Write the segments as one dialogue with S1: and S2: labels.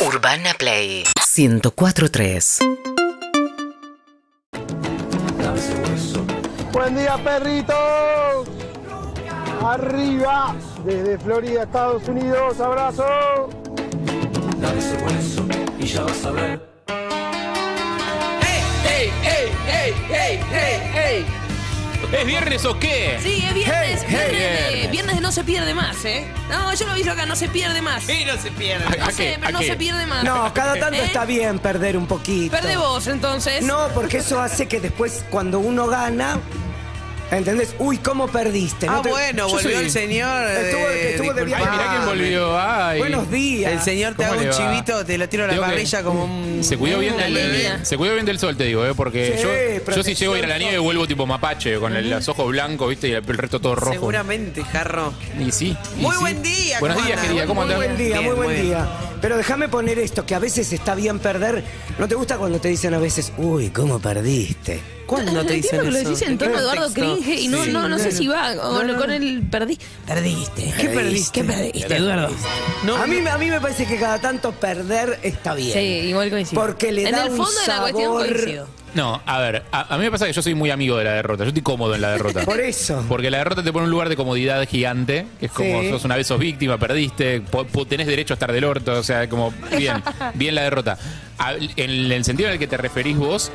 S1: Urbana Play 1043.
S2: Buen día, perritos. Arriba, desde Florida, Estados Unidos. Abrazo.
S3: Dame ese hueso y ya vas a ver.
S4: ¡Ey, ey, ey, ey, ey, ey!
S5: ¿Es viernes o qué?
S6: Sí, es viernes,
S5: Hey, hey,
S6: viernes, de,
S5: viernes.
S6: viernes de no se pierde más, ¿eh? No, yo lo aviso acá, no se pierde más.
S4: ¡Ey, no se pierda!
S5: ¿A- a
S6: No sé,
S5: qué?
S6: pero
S5: ¿A
S6: no
S5: qué?
S6: se pierde más.
S7: No, cada tanto
S6: ¿Eh?
S7: está bien perder un poquito.
S6: Perde vos, entonces.
S7: No, porque eso hace que después, cuando uno gana, ¿entendés? Uy, ¿cómo perdiste? No
S4: Ah,
S7: te-
S4: bueno,
S5: yo
S4: volvió
S5: soy-
S4: el señor.
S7: Estuvo-
S4: eh,
S7: estuvo de
S5: Ay,
S7: viaje.
S5: mirá quién
S4: disculpame.
S5: volvió. Ay.
S7: Buenos días.
S4: El señor te
S5: ¿Cómo
S4: hago un
S5: le va?
S4: chivito, te lo tiro a la
S5: Digo que
S4: parrilla como un.
S5: Se cuidó, bien
S6: Una
S5: del,
S6: línea.
S5: se cuidó bien del sol, te digo, ¿eh? porque
S7: Sí,
S5: yo, yo si llego a ir a la
S7: protección
S5: nieve vuelvo tipo mapache, con el- los ojos blancos, ¿viste? Y el, el resto todo rojo.
S4: Seguramente, Jarro.
S5: Y sí. y
S4: Muy
S5: sí.
S4: buen día,
S5: Buenos
S4: ¿cómo
S5: días,
S4: andan?
S5: querida. ¿Cómo
S7: Muy
S5: andás?
S7: buen día,
S4: Bien,
S7: muy buen
S4: muy
S7: día. Pero déjame poner esto, que a veces está bien perder. ¿No te gusta cuando te dicen a veces, uy, cómo perdiste?
S4: ¿Cuándo te dicen
S6: Entiendo que lo
S4: eso?
S6: decís en tono Eduardo Cringe y no,
S7: Sí,
S6: no, no sé
S7: claro.
S6: si va o
S7: No, no.
S6: con el perdí. Perdiste. ¿Qué perdiste? ¿Qué perdiste, Eduardo?
S7: a, mí, a mí me parece que cada tanto perder está bien.
S6: Sí, igual coincido.
S7: Porque le
S6: en
S7: da
S6: el
S7: un
S6: fondo de la cuestión
S7: sabor-
S6: coincido.
S5: No, a ver, a, a mí me pasa que yo soy muy amigo de la derrota. Yo estoy cómodo en la derrota.
S7: Por eso.
S5: Porque la derrota te pone en un lugar de comodidad gigante, que es como
S7: Sí.
S5: sos una vez sos víctima, perdiste, po- po- tenés derecho a estar del orto, o sea, como bien, bien la derrota. A- En el sentido en el que te referís vos,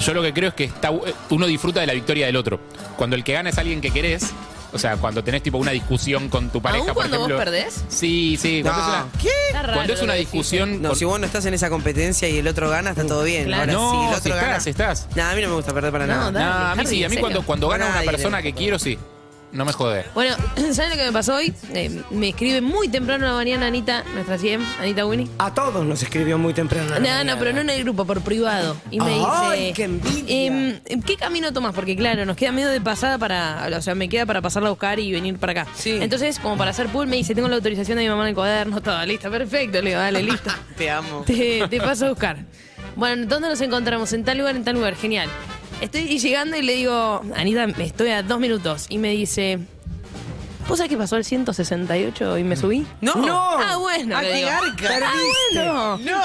S5: yo lo que creo es que está, bu- uno disfruta de la victoria del otro. Cuando el que gana es alguien que querés, o sea, cuando tenés tipo una discusión con tu pareja,
S6: ¿Aún
S5: por
S6: cuando vos
S5: ejemplo.
S6: perdés?
S5: Sí, sí, cuando es
S4: No.
S5: una,
S4: ¿Qué?
S6: Está raro
S5: cuando es
S6: lo
S5: una
S6: que decís.
S5: discusión
S4: No,
S5: con-
S4: si vos no estás en esa competencia y el otro gana, está todo bien.
S6: Claro.
S4: Ahora,
S5: No,
S4: si el
S5: si
S4: otro
S5: estás,
S4: gana.
S5: estás.
S4: Nah, a mí no me gusta perder para
S6: No,
S4: nada.
S6: dale,
S5: Nah, a mí
S6: Harry,
S5: sí, a
S6: ¿en
S5: mí
S6: serio?
S5: cuando, cuando gana
S4: A
S5: una
S4: nadie le
S5: persona que
S4: importa.
S5: quiero, sí. No me jode.
S6: Bueno, ¿saben lo que me pasó hoy? Eh, me escribe muy temprano en la mañana Anita, nuestra 100, Anita Winnie.
S7: A todos nos escribió muy temprano. en la
S6: No, no, pero no en el grupo, por privado. Y me
S7: Ay,
S6: dice.
S7: qué envidia.
S6: em, ¿Qué camino tomás? Porque claro, nos queda medio de pasada para. O sea, me queda para pasarla a buscar y venir para acá.
S4: Sí.
S6: Entonces, como para hacer pool, me dice, tengo la autorización de mi mamá en el cuaderno, todo, listo, perfecto. Le digo, dale, listo.
S4: Te amo.
S6: te, te paso a buscar. Bueno, ¿dónde nos encontramos? En tal lugar, en tal lugar, genial. Estoy llegando y le digo, Anita, estoy a dos minutos. Y me dice. ¿Vos sabés que pasó el 168 y me subí?
S4: No. No.
S6: Ah, bueno.
S4: Ah,
S6: le
S4: qué
S6: digo.
S4: garca.
S6: Ah, bueno.
S4: ¡No!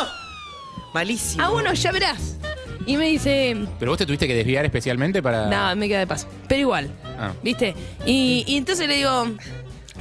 S4: Malísimo.
S6: Ah, bueno, ya verás. Y me dice,
S5: Pero vos te tuviste que desviar especialmente para.
S6: nada, me queda de paso. Pero igual,
S5: Ah.
S6: ¿viste? Y, y entonces le digo,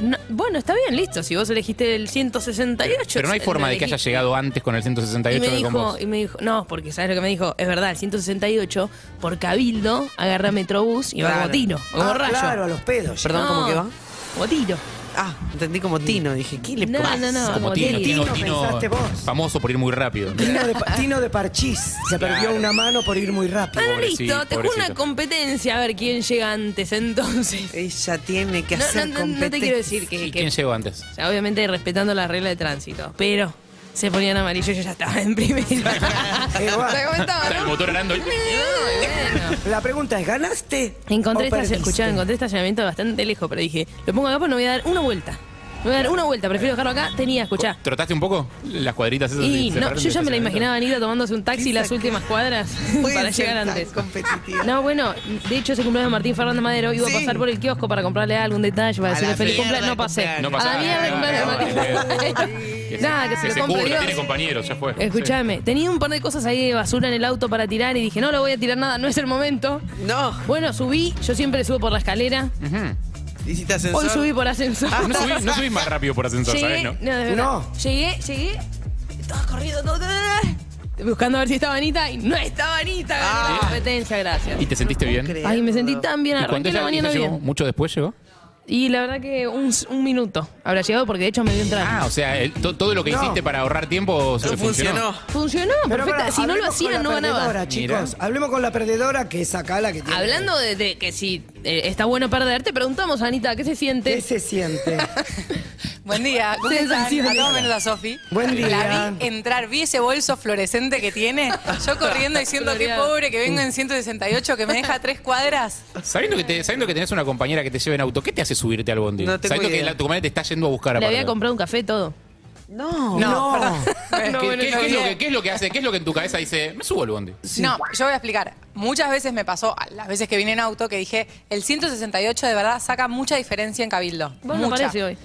S6: "No, bueno, está bien, listo. Si vos elegiste el 168.
S5: Pero no hay
S6: lo
S5: forma de que haya
S6: elegiste".
S5: llegado antes con el
S6: Y
S5: 168
S6: me,
S5: que con
S6: dijo,
S5: vos.
S6: y me dijo, no, porque ¿sabes lo que me dijo? Es verdad, el 168 por Cabildo agarra Metrobús y va
S4: Claro.
S6: como tiro, como
S7: Ah,
S6: rayo.
S7: Claro, a los pedos.
S4: Perdón, ¿cómo que va?
S6: Como tiro.
S4: Ah, entendí como Tino. Dije, ¿qué le
S6: No,
S4: pasa?
S6: no, no.
S5: Como
S6: como
S5: Tino,
S6: Tino.
S5: Tino, Tino,
S7: pensaste vos.
S5: famoso por ir muy rápido.
S7: Tino de, pa- Tino de Parchís. Se perdió una mano por ir muy rápido.
S6: Bueno,
S5: Pobrecito,
S6: Ah, listo, te juro una
S5: pobrecito.
S6: competencia a ver quién llega antes entonces.
S4: Ella tiene que
S6: No,
S4: hacer
S6: no, no, no te quiero decir que-
S5: ¿Y
S6: que
S5: quién llegó antes?
S6: O sea, obviamente respetando la regla de tránsito, pero se ponían amarillo y yo ya estaba en primera.
S7: Igual.
S6: Se comentaba,
S5: Está el
S6: ¿no?
S5: motor orando.
S6: Bueno.
S7: La pregunta es, ¿ganaste? o
S6: Encontré, esta,
S7: perdiste?
S6: escuchá, encontré estacionamiento bastante lejos, pero dije, lo pongo acá porque no voy a dar una vuelta. No voy a dar una vuelta, prefiero dejarlo acá. Tenía, escuchá.
S5: ¿Trotaste un poco? Las cuadritas esas.
S6: Y
S5: se paran de
S6: no, yo ya me la
S5: estacionamiento.
S6: imaginaba Anita tomándose un taxi las últimas cuadras
S4: Pueden
S6: para
S4: ser
S6: llegar
S4: tan
S6: antes.
S4: competitivas.
S6: No, bueno, de hecho ese cumpleaños de Martín Fernández Madero iba
S4: Sí.
S6: a pasar por el kiosco para comprarle algún detalle, para
S4: A
S6: decirle
S4: la
S6: feliz
S4: mierda
S6: cumpleaños.
S4: de
S6: No pasé.
S4: cumpleaños.
S5: No
S6: a
S5: pasaba
S6: la mierda Ah, de cumpleaños de Martín
S5: Que
S6: Fernández.
S5: se-
S6: Nada, que se
S5: que
S6: lo
S5: se
S6: compre
S5: cubra,
S6: Dios.
S5: tiene compañeros, ya fue.
S6: Escuchame, tenía un par de cosas ahí de basura en el auto para tirar y dije, no lo voy a tirar nada, no es el momento.
S4: No,
S6: Bueno, subí, yo siempre subo por la escalera.
S5: Sí. Ujú.
S4: hiciste ascensor.
S6: Hoy subí por ascensor.
S5: Ah, No subís no subí más rápido por ascensor, ¿sabes?
S6: Llegué,
S5: No.
S6: no, de verdad.
S7: No.
S6: Llegué, llegué, todo corrido, todo, todo, todo, buscando a ver si estaba Anita y no estaba Anita. gané
S4: Ah.
S6: la competencia, gracias.
S5: ¿Y te sentiste bien?
S4: creer.
S6: Ay, me sentí tan bien,
S5: ¿Y cuándo
S6: arranqué la
S5: ella-
S6: mañana
S5: ella llegó?
S6: bien.
S5: ¿Mucho después llegó?
S6: Y la verdad que un, un minuto habrá llegado porque de hecho me dio entrar.
S5: Ah, o sea, el- to- todo lo que
S7: No.
S5: hiciste para ahorrar tiempo se
S4: No funcionó.
S6: Funcionó,
S7: Pero
S6: perfecta.
S7: pará,
S6: si no lo
S7: hablemos con
S6: hacía,
S7: la
S6: no ganaba.
S7: perdedora, chicos, hablemos con la perdedora que es acá la que tiene.
S6: Hablando de, de que si eh, está bueno perder, te preguntamos, Anita, ¿qué se siente?
S7: ¿Qué se siente?
S8: Buen día, ¿cómo están?
S6: Sensaciones.
S8: A todos menos a Sofi.
S7: Buen día.
S8: La vi entrar, vi ese bolso fluorescente que tiene. Yo corriendo diciendo qué
S6: Floreado.
S8: pobre que vengo en 168, que me deja tres cuadras.
S5: Sabiendo que, te- sabiendo que tenés una compañera que te lleva en auto, ¿qué te hace subirte al bondi?
S4: No tengo
S5: sabiendo que
S4: idea.
S5: la- tu compañera te está yendo a buscar a
S6: Le había comprado un café, todo.
S4: No.
S7: No.
S5: ¿Qué,
S6: No, bueno,
S5: qué-
S6: está
S5: qué es lo
S6: bien.
S5: que, qué es lo que hace? ¿Qué es lo que en tu cabeza dice? Me subo al bondi.
S8: No, yo voy a explicar. Muchas veces me pasó, a las veces que vine en auto, que dije, el 168 de verdad saca mucha diferencia en Cabildo.
S6: Vos no
S8: mucha.
S6: parece hoy.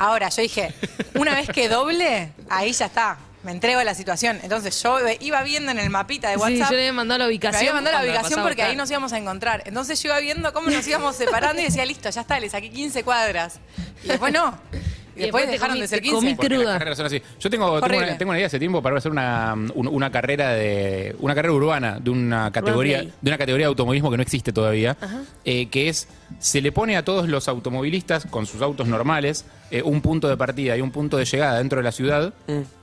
S8: Ahora, yo dije, una vez que doble, ahí ya está. me entrego a la situación. Entonces yo ve- iba viendo en el mapita de
S6: Sí,
S8: WhatsApp.
S6: yo le había mandado la ubicación
S8: Me había mandado la
S6: cuando la
S8: ubicación
S6: pasaba a
S8: porque ahí
S6: buscar.
S8: nos íbamos a encontrar. Entonces yo iba viendo cómo nos íbamos separando y decía, listo, ya está, le saqué 15 cuadras. Y después no.
S6: Y
S8: Y, después,
S6: después te
S8: dejaron
S6: comí-
S8: de ser
S6: te comí
S8: 15.
S5: Porque
S6: cruda.
S5: las carreras son así. Yo tengo, tengo,
S8: Horrible.
S5: una, tengo una idea hace tiempo para hacer una, una, una carrera de una carrera urbana de una categoría
S6: Runway.
S5: de una categoría de automovilismo que no existe todavía, eh, que es se le pone a todos los automovilistas con sus autos normales eh, un punto de partida y un punto de llegada dentro de la ciudad.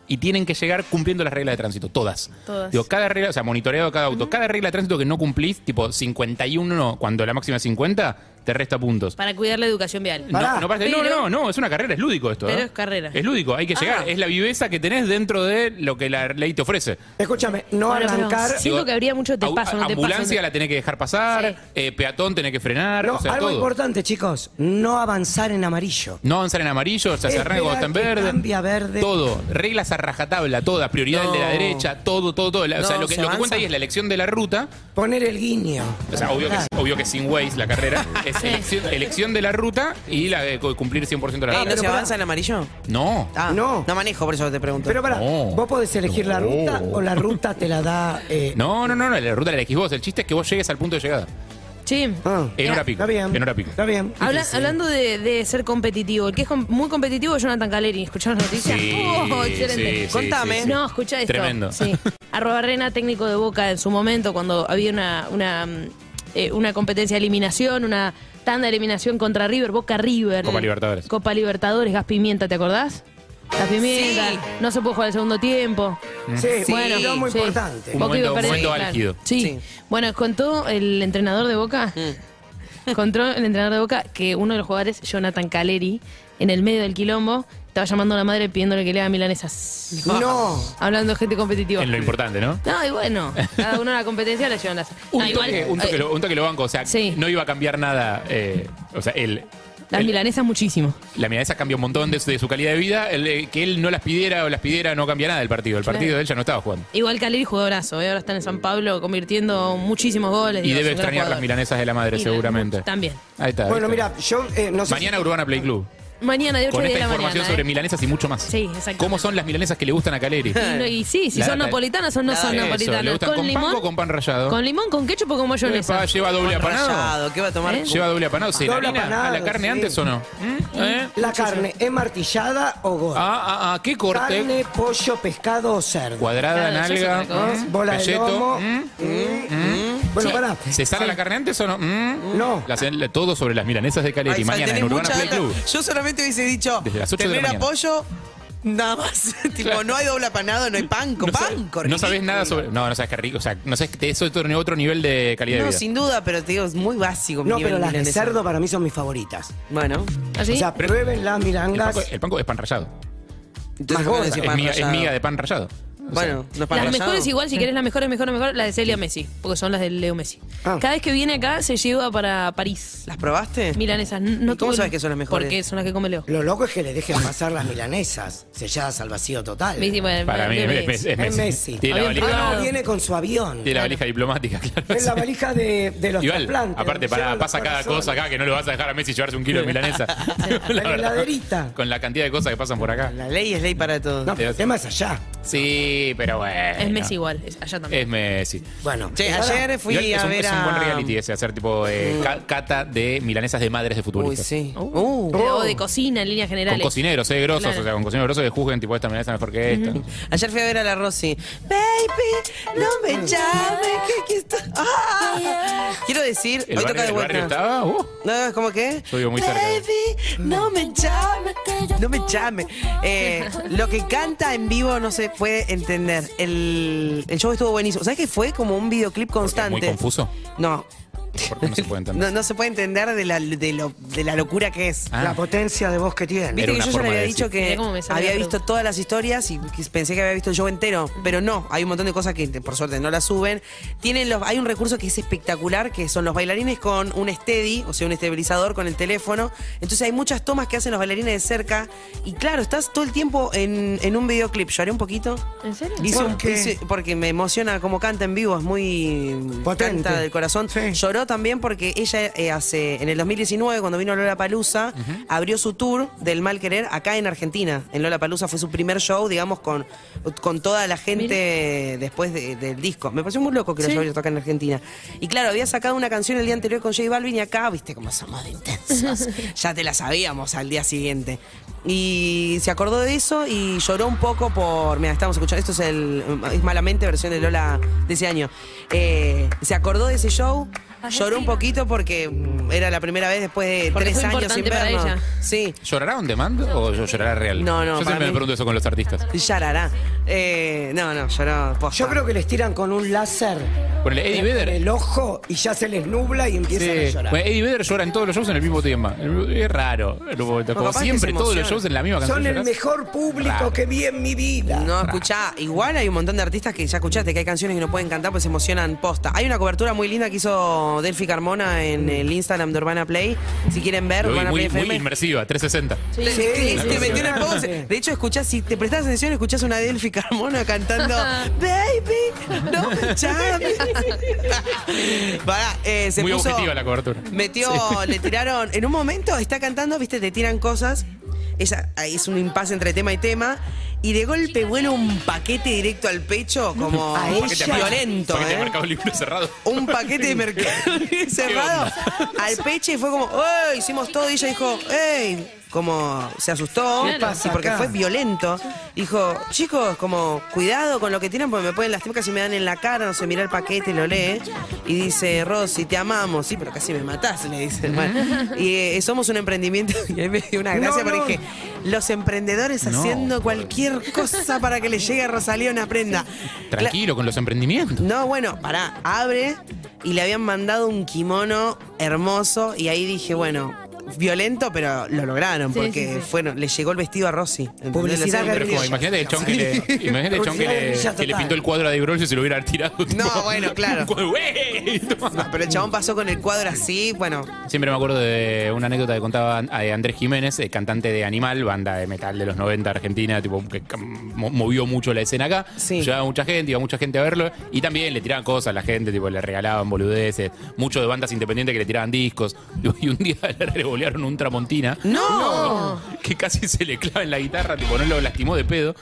S5: Y tienen que llegar cumpliendo las reglas de tránsito, todas.
S6: Mm. Todas.
S5: Digo, cada regla, o sea, monitoreado cada auto. Cada regla de tránsito que no cumplís, tipo 51, cuando la máxima es 50, te resta puntos.
S6: Para cuidar la educación vial.
S8: Ah.
S5: No, no, parece- no,
S6: Pero-
S5: no, no, es una carrera, es lúdico esto.
S6: Pero
S5: ¿eh?
S6: es carrera. Ah.
S5: Es lúdico, hay que llegar. Es la viveza que tenés dentro de lo que la ley te ofrece.
S7: Escúchame, no
S6: Bárbaro.
S7: arrancar.
S6: Sí. Siento que habría mucho te
S5: au-
S6: paso, no te
S5: Ambulancia
S6: paso, no te-
S5: la tenés que dejar pasar,
S6: Sí.
S5: eh, peatón tenés que frenar,
S7: No,
S5: o sea,
S7: algo
S5: todo.
S7: importante, chicos, no avanzar en amarillo.
S5: No avanzar en amarillo, o sea, se
S7: Espera
S5: arranca cuando está en
S7: que
S5: verde.
S7: cambie a verde.
S5: Todo, reglas a rajatabla, todas, prioridad
S4: No.
S5: de la derecha, todo, todo, todo. La- o sea,
S4: No,
S5: lo que,
S4: se
S5: lo que
S4: avanza.
S5: cuenta ahí es la elección de la ruta.
S7: Poner el guiño.
S5: O sea, obvio que, obvio que sin Waze la carrera es elección, elección de la ruta y la de cu- cumplir
S6: Ah,
S5: 100% la
S4: Ey, ¿No
S5: regla.
S4: se avanza en amarillo?
S5: No.
S4: Ah,
S7: No.
S4: No manejo, por eso te pregunto.
S7: Pero para,
S5: No.
S7: vos podés elegir la
S5: No.
S7: ruta o la ruta te la da. eh,
S5: No, no, no, no, la ruta la elegís vos. El chiste es que vos llegues al punto de llegada.
S6: Sí.
S7: ah,
S5: En hora pico.
S7: Está bien.
S5: En hora pico.
S7: Está bien.
S6: Habla- hablando de, de ser competitivo, el que es com- muy competitivo es Jonathan Caleri. ¿Escucharon las noticias? Oh, excelente.
S5: sí, sí,
S4: Contame.
S5: sí, sí.
S6: No, escuchá esto.
S5: Tremendo.
S6: Sí. Arroba Rena, técnico de Boca en su momento, cuando había una, una, mm, eh, una competencia de eliminación, una tanda de eliminación contra River, Boca River.
S5: Copa Libertadores.
S6: Copa Libertadores, Gas Pimienta, ¿te acordás? Gas Pimienta,
S8: Sí.
S6: no se pudo jugar el segundo tiempo.
S7: Sí,
S4: Sí.
S7: bueno, es muy
S6: sí.
S7: importante.
S5: Un
S6: Boca
S5: momento-
S6: iba
S5: un
S6: perdiendo,
S5: momento álgido.
S6: Sí.
S4: Sí.
S6: Bueno, contó el entrenador de Boca,
S7: Mm.
S6: contó el entrenador de Boca que uno de los jugadores, Jonathan Caleri, en el medio del quilombo, estaba llamando a la madre pidiéndole que le haga milanesas.
S7: No.
S6: Hablando de gente competitiva.
S5: En lo importante, ¿no?
S6: No, y bueno, cada uno a la competencia le llevan las.
S5: Un,
S6: Ah, igual,
S5: toque, un, toque
S6: eh,
S5: lo, un toque lo banco, o sea,
S6: Sí.
S5: no iba a cambiar nada. eh, o sea, él.
S6: las
S5: él-
S6: milanesas muchísimo.
S5: La milanesa cambia un montón de, su- de su calidad de vida. el, eh, que él no las pidiera o las pidiera no cambia nada del partido. El partido de él ya no estaba jugando.
S6: Igual Caleri jugadorazo, ¿eh? ahora está en San Pablo convirtiendo muchísimos goles.
S5: Y
S6: digo,
S5: debe
S6: es un gran
S5: extrañar las
S6: jugador.
S5: milanesas de la madre,
S6: Y la-
S5: seguramente.
S6: También.
S5: Ahí está. ahí
S7: Bueno,
S5: está.
S7: mira, yo eh, no sé.
S5: Mañana Urbana Play Club.
S6: Mañana de 8
S5: Con
S6: de
S5: esta
S6: la
S5: información
S6: mañana.
S5: sobre
S6: ¿eh?
S5: milanesas y mucho más.
S6: Sí, exactamente.
S5: ¿Cómo son las milanesas que le gustan a Caleri?
S6: Y no- Y sí, si
S5: La
S6: son
S5: data-
S6: napolitanas o no
S4: la
S6: son
S4: data-
S5: Ah, Eso, ¿Le
S6: napolitanas.
S5: gustan
S6: Con
S5: con,
S6: limón,
S5: panko o con pan rallado?
S6: con limón, con ketchup o con mayonesa.
S5: Epa, ¿Lleva doble apanado?
S4: Rallado, ¿Qué va a tomar?
S6: ¿Eh?
S5: ¿Lleva doble apanado? ¿Se
S7: Doble
S5: enharina a la
S7: apanado,
S5: carne
S7: sí.
S5: antes o no? ¿Mm? ¿Eh?
S7: La carne, ¿es martillada o gorda?
S5: Ah, ah, ah, qué corte.
S7: Carne, pollo, pescado o cerdo.
S5: Cuadrada,
S6: Claro, eso es otra
S5: nalga,
S6: cosa.
S5: mm,
S7: Bola de
S5: pelleto,
S7: lomo.
S5: mm.
S7: Bueno, pará.
S5: ¿Se sale la carne antes o no? Mm.
S7: No.
S5: Las- la- todo sobre las milanesas de Caleri.
S4: Ay,
S5: mañana
S4: tenés
S5: en Urbana
S4: mucha
S5: Play
S4: data.
S5: Club.
S4: Yo solamente hubiese dicho
S5: Desde las ocho de la
S4: tener
S5: mañana.
S4: apoyo, nada más. tipo,
S5: Claro.
S4: no hay doble apanado, no hay pan, con
S5: No,
S4: pan,
S5: sabes-
S4: con
S5: no sabes
S4: rico.
S5: nada sobre. No, no sabes qué rico. O sea, no sabes que te- eso es otro, otro nivel de calidad
S4: No,
S5: de vida.
S4: sin duda, pero te digo, es muy básico. mi
S7: No,
S4: nivel
S7: pero las de
S4: milanesa.
S7: cerdo para mí son mis favoritas.
S4: Bueno.
S6: ¿Así?
S7: O sea,
S5: Pero-
S7: prueben las
S5: el, panco,
S7: milangas.
S5: el panco es pan rallado.
S7: Más
S4: Entonces, ¿cómo
S7: gorda.
S4: decís
S5: Es
S4: pan
S5: miga, es
S4: rallado?
S5: miga de pan rallado.
S4: Bueno, no es pan
S6: Las
S4: rallado.
S6: mejores igual, si querés las mejores, mejor, mejor, las de Celia Messi, porque son las de Leo Messi.
S7: Ah.
S6: Cada vez que viene acá se lleva para París.
S4: ¿Las probaste?
S6: Milanesas, no
S4: ¿Y cómo
S6: tuve-
S4: sabes que son las mejores?
S6: Porque son las que come Leo.
S7: Lo loco es que le dejen pasar las milanesas, selladas al vacío total.
S6: Viste, bueno,
S5: Para mí
S6: Leo
S5: es, es-
S6: Messi.
S5: es Messi.
S7: Es Messi.
S5: Tiene la
S6: Había
S5: valija,
S7: Ah,
S6: Claro.
S7: viene con su avión.
S5: tiene la valija diplomática, claro.
S7: Es la valija de, de los
S5: Igual,
S7: trasplantes.
S5: aparte,
S7: donde
S5: para,
S7: llevan los
S5: pasa cada
S7: corazones.
S5: cosa acá que no lo vas a dejar a Messi llevarse un kilo de milanesa.
S7: La
S5: verdad.
S7: heladerita.
S5: Con la cantidad de cosas que pasan por acá.
S4: La ley es ley para todos.
S7: No, pero el tema es allá.
S5: Sí, pero bueno.
S6: Es Messi igual, es- allá también.
S5: Es Messi.
S7: Bueno, eh,
S4: Che,
S7: ahora-
S4: ayer fui
S5: Igual es
S4: a
S5: un,
S4: ver
S5: es un
S4: a... Mm.
S5: buen reality ese, hacer tipo eh, ca- cata de milanesas de madres de
S4: Uy,
S5: futbolistas.
S4: sí.
S6: Uh,
S4: Uh.
S6: pero de cocina en líneas
S5: Con
S6: generales.
S5: cocineros, eh, grosos,
S6: Claro.
S5: o sea, con cocineros grosos que juzguen tipo esta milanesa mejor que esta.
S4: Ayer fui a ver a la Rosy. Baby, no me llames, que aquí estoy. Ah. Quiero decir,
S5: ¿El,
S4: hoy
S5: barrio,
S4: toca de
S5: el barrio
S4: vuelta.
S5: estaba? Uh,
S4: No, es como que.
S5: Yo vivo muy cerca.
S4: Baby, no me llames. No me llames. Eh, lo que canta en vivo no se puede entender. El, el show estuvo buenísimo. ¿Sabes qué fue? Como un videoclip constante.
S5: muy confuso.
S4: No.
S5: Porque no se puede entender.
S4: No, no se puede entender de la, de lo- de la locura que es.
S5: Ah.
S7: La potencia de voz que tiene.
S5: Era
S4: Viste que
S5: una
S4: yo ya
S5: forma
S4: le había
S5: de
S4: dicho
S5: decir.
S4: que
S6: Mirá cómo me salió
S4: había
S6: la
S4: visto
S6: pregunta.
S4: todas las historias y que pensé que había visto el show entero, pero no, hay un montón de cosas que por suerte no las suben. Tienen los, hay un recurso que es espectacular, que son los bailarines con un steady, o sea, un estabilizador con el teléfono. Entonces hay muchas tomas que hacen los bailarines de cerca y claro, estás todo el tiempo en, en un videoclip. Lloré un poquito.
S6: ¿En serio?
S4: Hice
S7: ¿Por
S4: un-
S7: qué?
S4: hice- porque me emociona como canta en vivo, es muy
S7: Potente.
S4: canta del corazón.
S7: Sí.
S4: Lloró lado también porque ella eh, hace, en el 2019, cuando vino Lola Palusa, abrió su tour del mal querer acá en Argentina. En Lola Palusa fue su primer show, digamos, con, con toda la gente después de- del disco. Me pareció muy loco que lo
S6: Sí.
S4: haya abierto acá en Argentina. Y claro, había sacado una canción el día anterior con J Balvin y acá, viste cómo somos de intensos. ya te la sabíamos al día siguiente. Y se acordó de eso y lloró un poco por. Mira, estamos escuchando. Esto es el. Es malamente versión de Lola de ese año. Eh, se acordó de ese show, lloró un poquito porque mm, era la primera vez después de
S6: Porque
S4: tres
S6: fue
S4: años sin
S6: importante para
S4: vernos.
S6: ella.
S4: Sí.
S5: ¿Llorará on demand o llorará real?
S4: No, no,
S5: Yo
S4: para
S5: siempre me
S4: mí-
S5: pregunto eso con los artistas.
S4: Yarará. Eh, no, no, lloró. posta.
S7: Yo creo que les tiran con un láser
S5: Ponele, Eddie
S7: en
S5: Vedder.
S7: el ojo y ya se les nubla y
S5: Sí.
S7: empiezan a llorar.
S5: Bueno, Eddie Vedder llora en todos los shows en el mismo tema. Es raro. Como, como
S4: capaz que
S5: siempre,
S4: se
S5: todos los
S4: emociona.
S5: shows en la misma canción.
S7: Son el
S5: llorás.
S7: mejor público
S5: Raro.
S7: que vi en mi vida.
S4: No, escuchá, igual hay un montón de artistas que ya escuchaste que hay canciones que no pueden cantar pues se emocionan posta. Hay una cobertura muy linda que hizo Delphi Carmona en el Instagram de Urbana Play. Si quieren ver,
S5: Lo vi
S4: Urbana
S5: muy,
S4: Play
S5: muy
S4: FM.
S5: inmersiva, 360.
S4: Te-
S7: Sí,
S4: te-
S7: sí,
S4: te
S7: sí,
S4: metió en el
S7: sí.
S4: pose. De hecho, escuchás, si te prestás atención, escuchás una Delphi Carmona cantando Baby, no me llames. Pará, eh, se
S5: Muy
S4: puso-
S5: objetiva la cobertura.
S4: Metió, le tiraron. En un momento está cantando, viste, te tiran cosas. Esa, ahí es un impasse entre tema y tema. Y de golpe vuela un paquete directo al pecho, como
S7: A
S4: un paquete
S7: ella.
S4: violento,
S5: Paquete de
S4: ¿eh?
S5: mercado libre cerrado.
S4: Un paquete de mercado Libre cerrado al pecho y fue como, ¡ey! Hicimos todo. Y ella dijo, ¡ey! Como se asustó,
S6: ¿Qué pasa
S4: y porque
S7: acá?
S4: fue violento. Dijo, chicos, como, cuidado con lo que tiran porque me pueden lastimar, casi me dan en la cara, no sé, mira el paquete, lo lee. Y dice, Rosy, te amamos. Sí, pero casi me matás, le dice. Bueno, y eh, somos un emprendimiento. Y ahí me dio una gracia
S7: No,
S4: porque
S7: no.
S4: dije, los emprendedores haciendo cualquier cosa para que le llegue a Rosalía una prenda. Cla-
S5: Tranquilo con los emprendimientos.
S4: no, bueno, pará, abre y le habían mandado un kimono hermoso y ahí dije, bueno, violento, pero lo lograron
S6: Sí,
S4: porque
S6: sí, sí.
S4: fueron, le llegó el vestido a Rossi. ¿entendés?
S7: Publicidad
S5: Pero
S4: Lo
S5: es
S4: hicieron-
S5: como, imagínate el chon que le, imagínate el chon que le-
S7: Publicidad
S5: que le
S7: total.
S5: pintó el cuadro a De Broglie y se lo hubiera tirado. tipo,
S4: bueno, claro.
S5: un cuadro, ¡wey!
S4: No, Ah, pero el chabón pasó con el cuadro así, bueno,
S5: Siempre me acuerdo de una anécdota que contaba An- eh, Andrés Jiménez, eh, cantante de Animal, banda de metal de los 90 argentina, tipo que cam- mo- movió mucho la escena acá.
S4: Sí.
S5: Llevaba mucha gente, iba mucha gente a verlo y también le tiraban cosas a la gente, tipo le regalaban boludeces, mucho de bandas independientes que le tiraban discos. Y un día le revolearon un Tramontina.
S4: ¡No!
S5: Que casi se le clava en la guitarra, tipo no lo lastimó de pedo.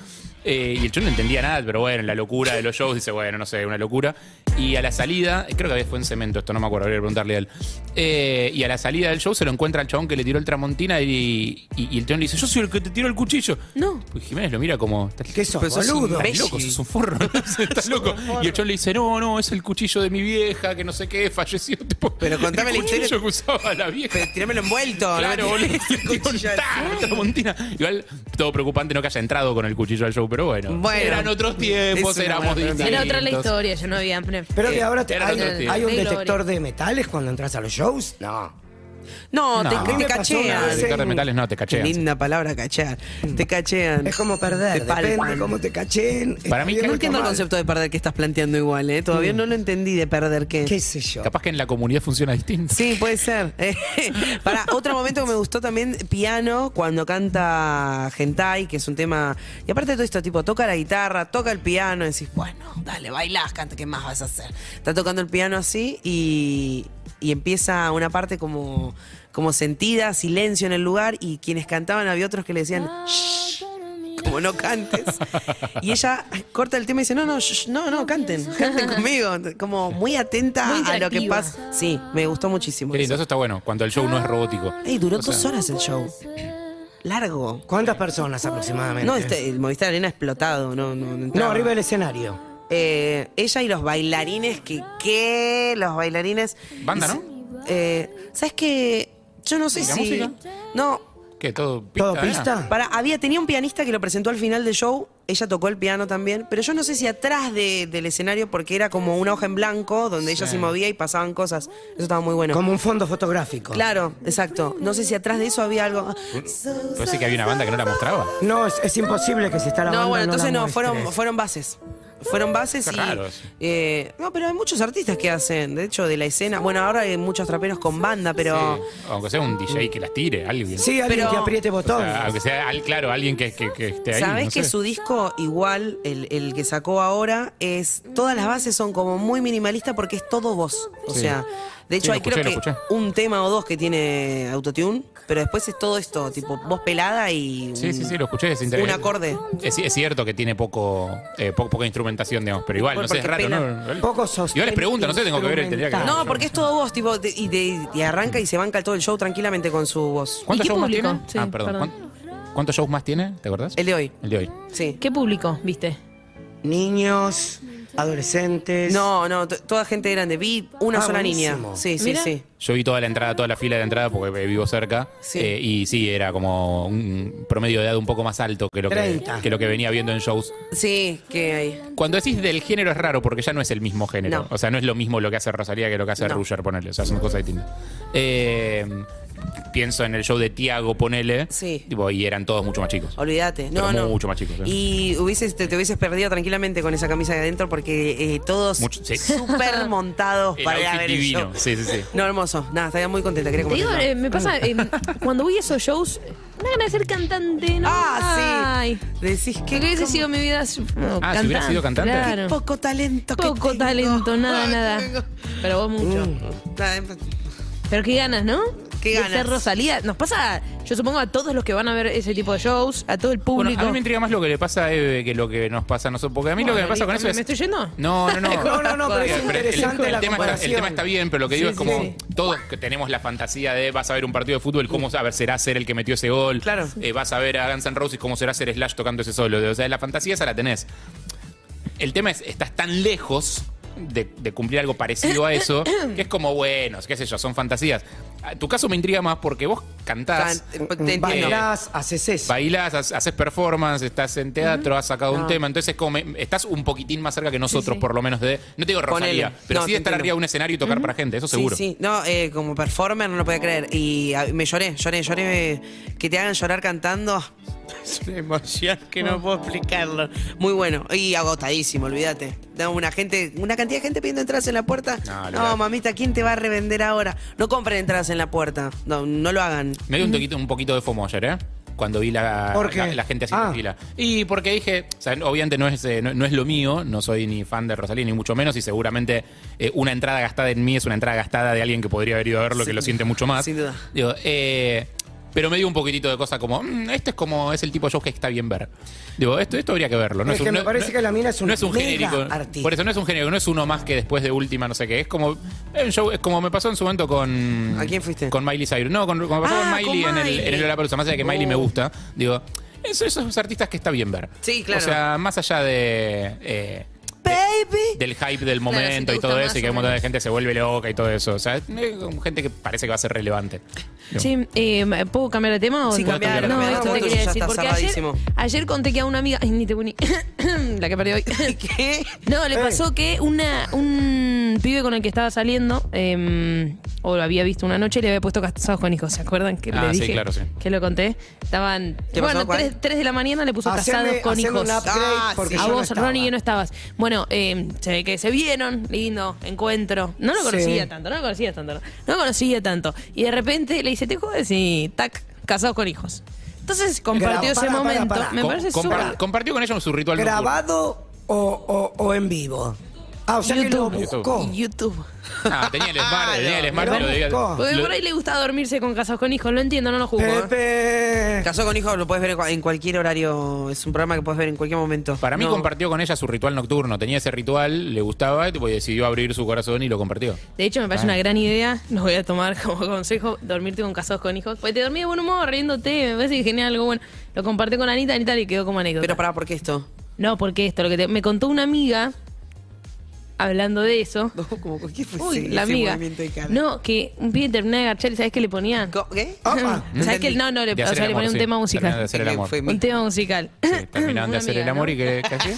S5: Eh, y el chon no entendía nada, pero bueno, en la locura de los shows dice, bueno, no sé, una locura. Y a la salida, creo que había- fue en cemento, esto no me acuerdo, habría que preguntarle a él. Eh, y a la salida del show se lo encuentra el chabón que le tiró el tramontina y, y- y el chon le dice, yo soy el que te tiró el cuchillo.
S6: No.
S5: Pues Jiménez lo mira como,
S7: ¿Qué sos,
S4: Pero sos un
S7: boludo?
S5: Estás loco, sos un forro. Estás loco. Y el chon le dice, no, no, es el cuchillo de mi vieja, que no sé qué, falleció. Tipo,
S4: Pero contame
S5: el
S4: la historia.
S5: cuchillo que usaba la vieja.
S4: pero tirámelo envuelto. ¿no?
S5: Claro, boludo.
S4: El cuchillo
S5: Tipo, ¡tac!
S4: así.
S5: Tramontina. Igual, todo preocupante no que haya entrado con el cuchillo al show, pero bueno.
S4: Bueno.
S5: eran otros tiempos,
S4: Es una
S5: éramos
S4: buena pregunta.
S5: distintos.
S6: Era otra la historia, yo no eh, había.
S7: Pero que ahora te-
S5: era
S7: hay,
S5: otro estilo.
S7: hay un
S6: De gloria.
S7: detector de metales cuando entras a los shows. No.
S4: No,
S5: No.
S4: te,
S5: A mí
S4: te
S7: me pasó
S4: cachean.
S7: una vez
S5: Detector de metales no, te
S4: Qué
S5: cachean.
S4: linda palabra, cachear. Te cachean.
S7: Es como perder,
S4: Te
S7: depende
S4: palpan.
S7: cómo te cachen.
S5: Para mí
S7: Está bien
S5: que-
S4: No
S7: o
S4: entiendo el
S7: mal.
S4: concepto de perder que estás planteando igual, ¿eh? Todavía no lo entendí de perder qué.
S7: Qué sé yo.
S5: Capaz que en la comunidad funciona distinto.
S4: Sí, puede ser. Para otro momento que me gustó también, piano, cuando canta Gentai, que es un tema. Y aparte de todo esto, tipo, toca la guitarra, toca el piano, y decís, bueno, dale, bailás, canta, ¿qué más vas a hacer? Está tocando el piano así y, y empieza una parte como, como sentida, silencio en el lugar, y quienes cantaban había otros que le decían, "Shh", como no cantes. Y ella corta el tema y dice, no, no, shh, no, no, canten, canten conmigo. Como muy atenta
S6: Muy
S4: a lo que
S6: interactiva.
S4: pasa. Sí, me gustó muchísimo.
S5: Qué lindo,
S4: eso.
S5: eso está bueno, cuando el show no es robótico.
S4: Ey, duró
S5: O sea,
S4: dos horas el show. Largo.
S7: ¿Cuántas personas aproximadamente?
S4: No, este, el Movistar Arena explotado, no, no, no
S7: No,
S4: entraba.
S7: arriba del escenario.
S4: Eh, ella y los bailarines, que qué, los bailarines.
S5: Banda,
S4: Y se-
S5: ¿no?
S4: Eh, ¿Sabes qué? Yo no sé
S5: ¿La
S4: si.
S5: música?
S4: No,
S5: ¿Qué? ¿Todo pista? Ah,
S7: ¿Todo
S5: era?
S7: pista?
S4: para, había, tenía un pianista que lo presentó al final del show, ella tocó el piano también, pero yo no sé si atrás de- del escenario, porque era como una hoja en blanco donde ella se movía y pasaban cosas. Eso estaba muy bueno.
S7: Como un fondo fotográfico.
S4: Claro, exacto. No sé si atrás de eso había algo.
S5: Parece Pues que había una banda que no la mostraba.
S7: No, es, es imposible que si está la
S4: No,
S7: banda,
S4: bueno, entonces
S7: la
S4: no, este. fueron,
S7: muestres.
S4: fueron bases. Fueron bases
S5: Qué
S4: y.
S5: raro eso.
S4: eh, no, pero hay muchos artistas que hacen, de hecho, de la escena. Bueno, ahora hay muchos traperos con banda, pero.
S5: Eh, Aunque sea un DJ que las tire, alguien.
S7: Sí, alguien
S4: Pero-
S7: que apriete
S5: O
S7: botón.
S6: Ah,
S5: sea, aunque sea, al- claro, alguien que, que- que esté ahí.
S4: Sabés
S5: no
S4: que
S5: sé.
S4: su disco, igual, el, el que sacó ahora, es. Todas las bases son como muy minimalistas porque es todo voz. O sea, De hecho,
S5: lo
S4: hay creo
S5: escuché, lo
S4: que
S5: escuché.
S4: un tema o dos que tiene autotune, pero después es todo esto, tipo voz pelada y un,
S5: Sí, sí, sí, lo escuché, es
S4: un
S5: interesante.
S4: acorde.
S5: Es, es cierto que tiene poco, eh, po- poca instrumentación, digamos, pero igual, no sé, es
S4: Porque
S5: raro,
S4: pena.
S5: ¿no? Igual-
S7: Poco
S5: Igual les
S7: sostén
S5: pregunto, no sé, tengo que ver, tendría
S6: Ah,
S5: que ver.
S4: No, porque es todo voz, tipo, de- y, de- y arranca y se banca todo el show tranquilamente con su voz.
S5: ¿Cuántos
S6: ¿Y qué
S5: shows más
S6: público?
S5: tiene?
S6: Sí,
S5: ah, perdón.
S6: perdón.
S5: ¿Cuán- ¿Cuántos shows más tiene? ¿Te acordás?
S4: El de hoy,
S5: El de hoy.
S4: sí.
S6: ¿Qué público viste?
S7: Niños, adolescentes.
S4: No, no, t- toda gente grande. Vi una
S7: Ah,
S4: sola niña.
S7: buenísimo.
S4: Sí, sí,
S6: Mira.
S4: sí.
S5: Yo vi toda la entrada, toda la fila de la entrada porque eh, vivo cerca.
S4: Sí.
S5: Eh, y sí, era como un promedio de edad un poco más alto que lo que,
S7: 30.
S5: que lo que venía viendo en shows.
S4: Sí, que hay.
S5: Cuando decís del género es raro porque ya no es el mismo género.
S4: No.
S5: O sea, no es lo mismo lo que hace Rosalía que lo que hace
S4: No.
S5: Ruger, ponele. O sea, son cosas distintas. Eh, pienso en el show de Tiago, ponele.
S4: Sí.
S5: Tipo, y eran todos mucho más chicos.
S4: Olvídate. No,
S5: Pero
S4: no.
S5: mucho más chicos, ¿eh?
S4: Y hubieses, te, te hubieses perdido tranquilamente con esa camisa de adentro porque eh, todos
S5: Mucho- sí.
S4: súper montados
S5: El
S4: para ir a
S5: outfit
S4: ver el show.
S5: divino. Sí, sí, sí.
S4: No, hermoso. Nada, estaría muy contenta. Quería
S6: Te digo,
S4: comentarlo.
S6: eh, me pasa, eh, cuando voy a esos shows, me dan ganas de ser cantante, ¿no?
S4: Ah,
S6: Ay,
S4: sí. Decís
S6: ¿Qué
S4: que
S6: hubiese sido mi vida? No,
S5: Ah, si hubiera sido cantante.
S6: Claro.
S4: poco talento. que
S6: Poco
S4: tengo.
S6: talento, nada,
S4: Ay,
S6: nada. Pero vos mucho.
S4: Nada, em-
S6: Pero qué ganas, ¿no?
S4: Qué
S6: De
S4: ganas.
S6: ser Rosalía. Nos pasa, yo supongo, a todos los que van a ver ese tipo de shows, a todo el público.
S5: Bueno, a mí me intriga más lo que le pasa a Eve que lo que nos pasa a nosotros. Porque a mí lo que me pasa con eso
S6: ¿Me
S5: es.
S6: estoy yendo?
S5: No, no, no.
S7: No, no, no, pero es
S5: Pero el-
S7: interesante
S5: el,
S7: la
S5: tema está, el
S7: comparación.
S5: tema está bien, pero lo que digo
S6: Sí,
S5: es
S6: sí,
S5: como
S6: sí.
S5: todos que tenemos la fantasía de vas a ver un partido de fútbol, cómo a ver, será ser el que metió ese gol.
S4: Claro.
S5: Eh, vas a ver a Guns N' Roses, cómo será ser Slash tocando ese solo. O sea, la fantasía esa la tenés. El tema es, estás tan lejos de, de cumplir algo parecido a eso, que es como, bueno, qué sé yo, son fantasías. Ah, Tu caso me intriga más porque vos cantás.
S4: Can- te entiendo.
S7: Bailás, haces eso.
S5: Bailás, ha- haces performance, estás en teatro, has sacado
S4: No.
S5: un tema. Entonces, como me- estás un poquitín más cerca que nosotros, por lo menos, de. No te digo Rosalía,
S4: Ponele.
S5: pero
S4: No,
S5: sí
S4: te
S5: de estar
S4: entiendo.
S5: arriba de un escenario y tocar para gente, eso seguro.
S4: Sí, sí. No, eh, como performer no lo podía creer. Y ah, me lloré, lloré, lloré. eh, Que te hagan llorar cantando. Es una emoción que no puedo explicarlo. Muy bueno. Y agotadísimo, olvídate. No, una gente, una cantidad de gente pidiendo entradas en la puerta.
S5: No,
S4: No,
S5: olvidate.
S4: mamita, ¿quién te va a revender ahora? No compren entradas en la puerta. No, no lo hagan.
S5: Me dio un, toquito, un poquito de fomo ayer, ¿eh? Cuando vi la,
S7: ¿Por qué?
S5: la, la gente haciendo
S7: Ah.
S5: fila. Y porque dije, o sea, obviamente no es, eh, no, no es lo mío, no soy ni fan de Rosalía, ni mucho menos, y seguramente eh, una entrada gastada en mí es una entrada gastada de alguien que podría haber ido a verlo, que
S4: Sin
S5: lo
S4: duda,
S5: siente mucho más.
S4: sin duda.
S5: Digo, eh, pero me dio un poquitito de cosa como, mm, esto es como, es el tipo de show que está bien ver. Digo, esto, esto habría que verlo. No
S7: Es que
S5: un-
S7: me
S5: no-
S7: parece
S5: no-
S7: que la mina es un
S5: no es un
S7: mega
S5: genérico.
S7: artista.
S5: Por eso no es un genérico, no es uno más que después de última, no sé qué. Es como, es un show, es como me pasó en su momento con.
S4: ¿A quién fuiste?
S5: Con Miley Cyrus. No, con, con- me pasó
S4: Ah,
S5: con
S4: con
S5: Miley en el,
S4: Miley.
S5: en el Lollapalooza. Más allá de que
S6: Oh.
S5: Miley me gusta, digo, es- esos artistas que está bien ver.
S4: Sí, claro.
S5: O sea, más allá de. eh,
S4: Baby.
S5: del hype del
S6: Claro, si te
S5: momento y
S6: gusta
S5: todo
S6: más
S5: eso, y
S6: o
S5: que un montón de
S6: menos.
S5: gente se vuelve loca y todo eso. O sea, es como gente que parece que va a ser relevante.
S6: Che, eh, ¿puedo cambiar de tema? o
S4: Sí,
S6: no?
S4: cambiá,
S6: No,
S5: cambiá,
S6: esto
S4: cambiá,
S6: te
S4: esto
S6: quería
S4: ya
S6: decir.
S4: está
S6: Porque ayer,
S4: cerradísimo.
S6: ayer conté que a una amiga. Ay, ni te uní. la que perdí hoy.
S4: ¿Qué?
S6: No, le pasó que una, un pibe con el que estaba saliendo, eh, o lo había visto una noche, le había puesto casados con hijos. ¿Se acuerdan que
S5: Ah,
S6: le
S5: sí,
S6: dije?
S5: claro, sí.
S6: Que lo conté. Estaban.
S4: ¿Qué pasó?
S6: bueno,
S4: ¿Cuál?
S6: 3, de la mañana le puso casados
S7: Haceme,
S6: con
S7: haceme
S6: hijos.
S7: un upgrade
S4: Ah,
S7: porque
S4: sí.
S6: A
S7: yo no
S6: vos,
S7: estaba.
S6: Ronnie, que no estabas. Bueno, eh, se ve que se vieron, lindo, encuentro. No lo
S7: Sí.
S6: conocía tanto, no lo conocía tanto, no, no lo conocía tanto. Y de repente le dice, te jodes y tac, casados con hijos. Entonces compartió
S7: Pero,
S6: ese
S7: para, para,
S6: momento.
S7: para.
S6: Me
S5: Com-
S6: parece
S5: compar-
S6: súper.
S5: Compartió con ellos su ritual nocturno.
S7: ¿Grabado o, o- o en vivo? Ah, o sea que lo
S6: YouTube.
S7: buscó.
S6: YouTube.
S5: Ah, tenía el smart, tenía el smart,
S7: Lo
S5: pero diga-
S7: buscó.
S6: Porque
S5: lo-
S6: por ahí le gustaba dormirse con casados con hijos, lo entiendo, no lo juzgo. ¿eh?
S7: Pepe.
S4: Casó con hijos, lo puedes ver en cua- en cualquier horario. Es un programa que puedes ver en cualquier momento.
S5: Para mí
S4: No.
S5: compartió con ella su ritual nocturno. Tenía ese ritual, le gustaba tipo, y decidió abrir su corazón y lo compartió.
S6: De hecho, me parece una gran idea, lo voy a tomar como consejo, dormirte con casados con hijos. Porque te dormí de buen humor, riéndote, me parece que genial, algo bueno. Lo compartí con Anita, Anita le quedó como anécdota.
S4: Pero pará, ¿por qué esto?
S6: No, porque esto, lo que te- me contó una amiga, hablando de eso.
S4: Como, ¿Qué fue
S6: Uy,
S4: ese-
S6: la
S4: ese
S6: amiga.
S4: movimiento de cara?
S6: No, que un pibe terminaba de garchar y ¿sabes qué le ponían?
S4: Co- ¿Qué?
S7: Opa.
S6: ¿Sabes qué? No, no, le,
S5: De
S6: o
S5: hacer
S6: sea,
S5: el
S6: le
S5: amor,
S6: ponían
S5: sí.
S6: un tema
S5: Terminaban de
S6: musical.
S5: hacer el
S4: Que
S5: amor.
S4: fue mi-
S6: Un tema musical.
S5: Sí, terminaban de
S6: Una
S5: hacer
S6: amiga,
S5: el amor
S6: ¿no?
S5: y que, que así.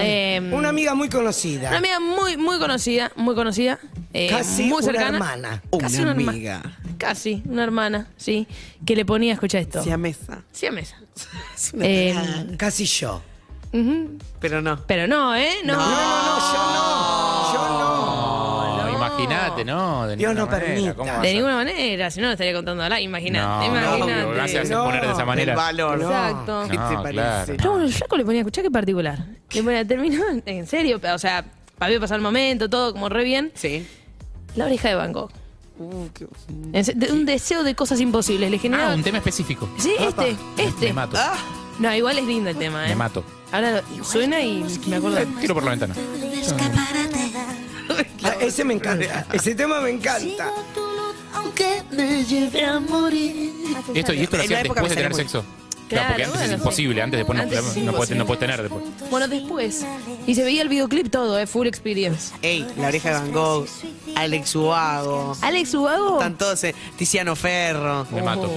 S6: Eh,
S7: Una amiga muy conocida.
S6: Una amiga muy, muy conocida, muy conocida. eh,
S7: Casi una
S6: muy cercana.
S7: hermana.
S6: Casi
S4: Una
S6: una herma-
S4: amiga.
S6: Casi, una hermana, sí. Que le ponía, escucha esto.
S4: Sí, a mesa.
S6: Siamesa.
S4: Es una
S6: Eh,
S4: cagada.
S7: Casi yo.
S4: Pero no.
S6: Pero no, ¿eh? No.
S7: No, no, no, yo no. Yo no.
S5: No, Ah, imagínate, ¿no? De
S7: Dios
S5: ninguna
S7: no
S5: manera,
S7: permita.
S5: ¿cómo vas a-
S6: De ninguna manera, si no lo estaría contando a la. Imagínate,
S5: No,
S6: imagínate.
S5: no, gracias
S7: No,
S5: poner de esa manera.
S4: El valor.
S7: No.
S6: Exacto.
S5: No, claro.
S6: Pero bueno, el flaco le ponía, escuchá qué particular. Le ponía, terminó, en serio, o sea, había pasado el momento, todo como re bien.
S4: Sí.
S6: La oreja de Van Gogh.
S7: Uh,
S6: En se- de- Un deseo de cosas imposibles. Le generaba.
S5: Ah, un tema específico.
S6: Sí, este,
S5: Me-
S6: este.
S5: Me mato.
S6: No, igual es lindo el tema, ¿eh?
S5: Me mato.
S6: Ahora lo- suena y me acuerdo.
S5: Eh, Tiro por la ventana.
S7: Ah, ese me encanta. Ese tema me encanta.
S5: Esto y esto lo
S4: En
S5: hacías
S4: la época
S5: después de
S4: me
S5: tener
S4: salía
S5: sexo. Claro,
S6: Claro,
S5: porque antes
S6: bueno,
S5: es
S6: sí.
S5: imposible, antes después no,
S6: Antes es
S5: no puedes, no puedes tener después.
S6: Bueno, después. Y se veía el videoclip todo, ¿eh? Full experience.
S4: Ey, La Oreja de Van Gogh, Alex Ubago,
S6: Alex Ubago.
S4: están todos, eh, Tiziano Ferro.
S6: Oh.
S5: Me mato.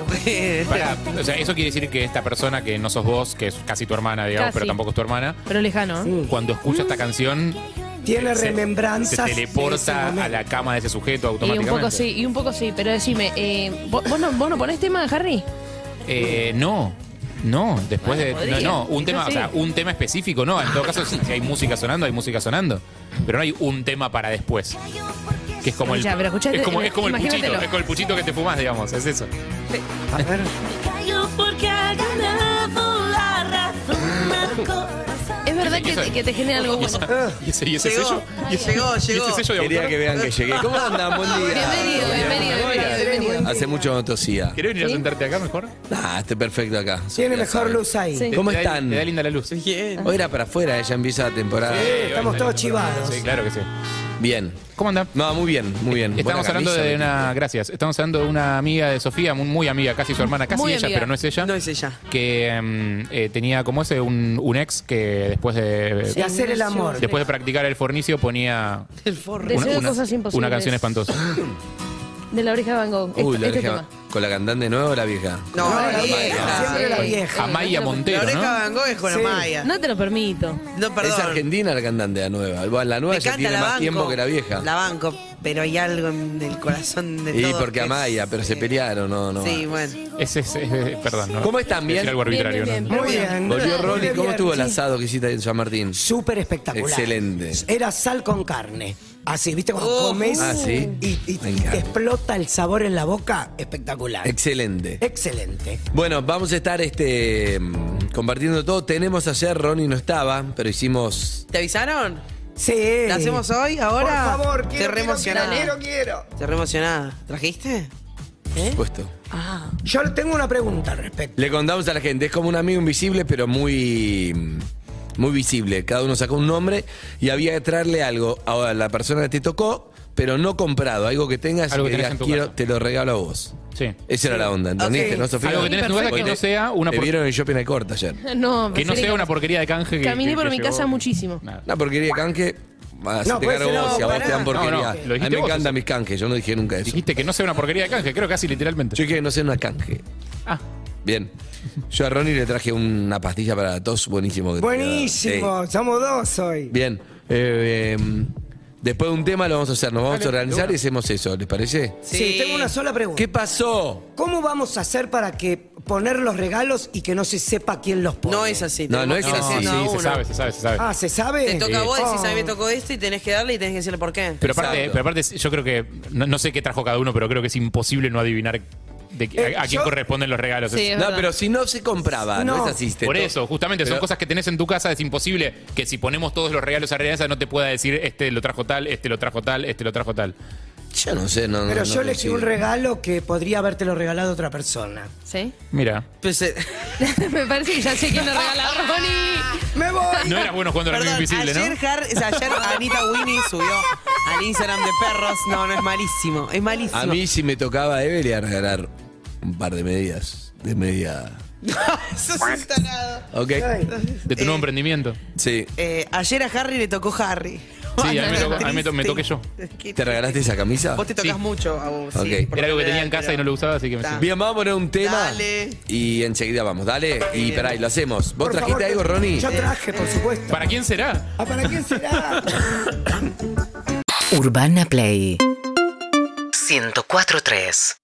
S5: Pará, o sea, eso quiere decir que esta persona que no sos vos, que es casi tu hermana, digamos,
S6: Casi.
S5: pero tampoco es tu hermana,
S6: Pero lejano, ¿eh?
S5: cuando escucha esta canción.
S7: Tiene
S5: se-
S7: remembranzas.
S5: Se
S7: de ese
S5: teleporta
S7: momento.
S5: a la cama de ese sujeto
S6: Y
S5: automáticamente.
S6: un poco sí, y un poco sí. Pero decime, eh, ¿vo- ¿vos, no, ¿vos no ponés tema, Harry?
S5: Eh, no. No, después
S6: Bueno,
S5: de. No,
S6: podría.
S5: no, un
S6: Sí,
S5: tema,
S6: sí.
S5: o sea, un tema específico, no. En todo caso, si si hay música sonando, hay música sonando. Pero no hay un tema para después. Que es como el.
S6: Ya, pero eh, escuchate,
S5: es como, es como el puchito,
S6: imagínatelo.
S5: es como el puchito que te fumas, digamos. Es eso.
S7: A ver.
S6: Es verdad
S5: Y
S6: que,
S5: eso-
S6: te- que te genera algo
S5: Y
S6: Oh, bueno.
S5: ese, y ese, y ese
S4: Llegó,
S5: sello. Y ese,
S4: llegó,
S5: y ese
S4: llegó.
S5: sello de
S9: Quería
S5: autor.
S9: que vean que llegué. ¿Cómo andan? Buen día.
S6: Bienvenido, bienvenido, bienvenido, bienvenido.
S9: Hace mucho no tosía.
S5: ¿Querés venir a sentarte acá mejor?
S9: Nah, estoy perfecto acá.
S7: Tiene
S9: Ya
S7: mejor
S9: saben.
S7: luz ahí.
S6: Sí.
S9: ¿Cómo
S5: Te da-
S9: están?
S5: Te da linda la luz. Sí,
S9: Hoy era para afuera, ella empieza la temporada.
S7: Estamos todos chivados.
S5: Sí, claro que sí.
S9: Bien.
S5: ¿Cómo anda?
S9: No, muy bien, muy bien.
S5: Estamos
S9: Buena
S5: hablando
S9: camisa,
S5: de
S9: me-
S5: una. Gracias. Estamos hablando de una amiga de Sofía, muy, muy amiga, casi su hermana, casi
S6: Muy
S5: ella,
S6: amiga.
S5: pero no es ella.
S4: No es ella.
S5: que mm, eh, tenía como ese un, un ex que después de
S7: De hacer el amor.
S5: después de practicar el fornicio ponía
S4: El forro.
S6: Deseo
S5: una,
S6: de
S5: una-
S6: cosas imposibles.
S5: una canción espantosa.
S6: De la oreja de Van Gogh.
S9: Uy,
S6: Este-
S9: la
S6: este
S9: oreja-
S6: tema.
S9: ¿Con la cantante nueva o la vieja?
S4: No,
S7: No,
S4: la,
S7: la
S4: vieja.
S7: vieja, siempre
S6: la
S7: vieja.
S5: Amaya
S4: La
S5: Montero,
S4: Oreja de
S5: ¿no?
S4: Van Gogh es con
S7: Sí.
S4: Amaya.
S6: No te lo permito.
S4: No,
S9: Es
S4: perdón.
S9: argentina la cantante, la nueva. Bueno, la nueva
S4: Me
S9: ya
S4: encanta
S9: tiene
S4: la
S9: más
S4: banco.
S9: tiempo que la vieja.
S4: La banco, pero hay algo en el corazón de
S9: y
S4: todos
S9: porque
S4: que es-
S9: Amaya, pero se pelearon, no, no.
S4: Sí, bueno.
S5: Es, es- es- es- perdón, no.
S9: ¿Cómo están?
S5: Decir
S9: ¿Bien?
S5: algo arbitrario,
S6: Bien, bien,
S5: ¿no?
S6: bien.
S7: Muy bien.
S9: Volvió
S7: Muy
S9: Rolly,
S7: bien,
S9: ¿cómo estuvo el
S7: sí.
S9: asado que hiciste en San Martín?
S7: Súper espectacular.
S9: Excelente.
S7: Era sal con carne. Así, ¿viste? Cuando
S4: Oh.
S7: comes
S9: Ah, sí.
S7: y, y- y
S9: Me
S7: te
S9: encanta.
S7: explota el sabor en la boca, espectacular.
S9: Excelente.
S7: Excelente.
S9: Bueno, vamos a estar este mm, compartiendo todo. Tenemos ayer, Ronnie no estaba, pero hicimos.
S4: ¿Te avisaron?
S7: Sí.
S4: ¿La hacemos hoy? ¿Ahora?
S7: Por favor,
S4: Te
S7: quiero, quiero,
S4: reemocionada.
S7: quiero, quiero,
S4: Te re emocionada. ¿Trajiste?
S7: ¿Eh?
S9: Por supuesto.
S7: quiero. Yo tengo una pregunta al respecto.
S9: Le contamos a la gente, es como un amigo invisible, pero muy. Muy visible. Cada uno sacó un nombre y había que traerle algo a la persona que te tocó, pero no comprado. Algo que tengas
S5: Algo
S9: y
S5: que
S9: que
S5: tenés
S9: digas,
S5: en tu
S9: quiero,
S5: casa.
S9: te lo regalo a vos.
S5: Sí.
S9: Esa era la onda, ¿entendiste?
S4: Ok.
S9: ¿No, Sofía?
S5: Algo que tenés en tu casa que
S9: Porque
S5: no sea una
S9: te
S5: por-
S9: vieron en shopping de corta ayer.
S6: No,
S5: Que no
S6: sería
S5: sea una porquería de canje. que-
S6: Caminé
S5: que-
S6: por
S5: que
S6: mi
S5: llegó-
S6: casa muchísimo.
S5: Nada.
S9: Una porquería de canje. ah, se
S7: No,
S9: te
S7: puede
S9: cargo
S7: ser,
S9: vos
S7: no,
S9: y a vos
S7: pará.
S9: te dan porquería.
S5: No, no, lo dijiste
S9: a mí me
S5: vos,
S9: encantan
S5: eso.
S9: mis canjes, yo no dije nunca eso.
S5: Dijiste que no sea una porquería de canje, creo casi literalmente.
S9: Yo dije que no sea una canje.
S5: Ah,
S9: Bien. Yo a Ronnie le traje una pastilla para la tos buenísimo. que te quedó.
S7: Buenísimo, somos dos hoy.
S9: Sí. Bien. Eh, eh, después de un tema lo vamos a hacer, nos vamos
S5: Dale,
S9: a organizar
S5: de
S9: y hacemos eso, ¿les parece?
S7: Sí. tengo una sola pregunta.
S9: ¿Qué pasó?
S7: ¿Cómo vamos a hacer para que poner los regalos y que no se sepa quién los pone?
S4: No es así.
S9: No,
S4: tenemos
S9: no
S4: que
S9: es
S4: ir
S5: no,
S9: así.
S5: sí,
S4: haciendo
S5: se
S4: uno.
S5: sabe, se sabe, se sabe.
S7: Ah, ¿se sabe?
S4: Te toca a vos, decís, a mí me
S7: Oh.
S4: tocó esto y tenés que darle y tenés que decirle por qué.
S5: Pero aparte,
S9: Exacto.
S5: pero aparte, yo creo que. No, no sé qué trajo cada uno, pero creo que es imposible no adivinar de, qué-
S7: Eh,
S5: a, a quién
S7: yo-
S5: corresponden los regalos.
S6: Sí,
S5: Es-
S6: es
S9: No,
S6: verdad.
S9: pero si no se compraba, no,
S7: No.
S9: es así. te
S5: Por
S9: to-
S5: eso, justamente, son
S9: Pero-
S5: cosas que tenés en tu casa, es imposible que si ponemos todos los regalos arriba de esa no te pueda decir este lo trajo tal, este lo trajo tal, este lo trajo tal.
S9: Yo no sé, no. no,
S7: Pero
S9: no
S7: yo elegí
S9: coincido.
S7: un regalo que podría habértelo regalado otra persona.
S6: ¿Sí?
S5: Mira.
S4: Pues, eh,
S6: me parece que ya sé quién lo regala Ronnie.
S7: ¡Me voy!
S5: No eras bueno jugando al
S4: perdón,
S5: amigo invisible,
S4: ayer,
S5: ¿no?
S4: Har- o sea, ayer Anita Winnie subió al Instagram de perros. No, no, es malísimo. Es malísimo.
S9: A mí si me tocaba Eve le iba a regalar un par de medias. De media.
S4: Sos un tarado.
S9: ¿Ok?
S5: De tu nuevo emprendimiento.
S9: Sí.
S4: Eh, ayer a Harry le tocó Harry.
S5: Sí, a mí me
S4: Qué
S5: tocó- a mí me to- me toqué yo.
S4: triste.
S9: ¿Te regalaste esa camisa?
S4: Vos te tocas
S5: Sí.
S4: mucho a vos.
S9: Ok.
S4: Sí, por
S5: Era algo que
S4: lo
S5: tenía en
S4: general,
S5: casa y no lo usaba, así que me
S4: Está.
S9: Bien, vamos a poner un tema.
S4: Dale.
S9: Y enseguida vamos, dale. Y pará, y lo hacemos. ¿Vos
S7: Por
S9: trajiste
S7: favor,
S9: algo, Ronnie?
S7: Yo traje, por supuesto.
S5: ¿Para quién será?
S7: Ah, ¿Para quién será?
S1: Urbana Play 104.3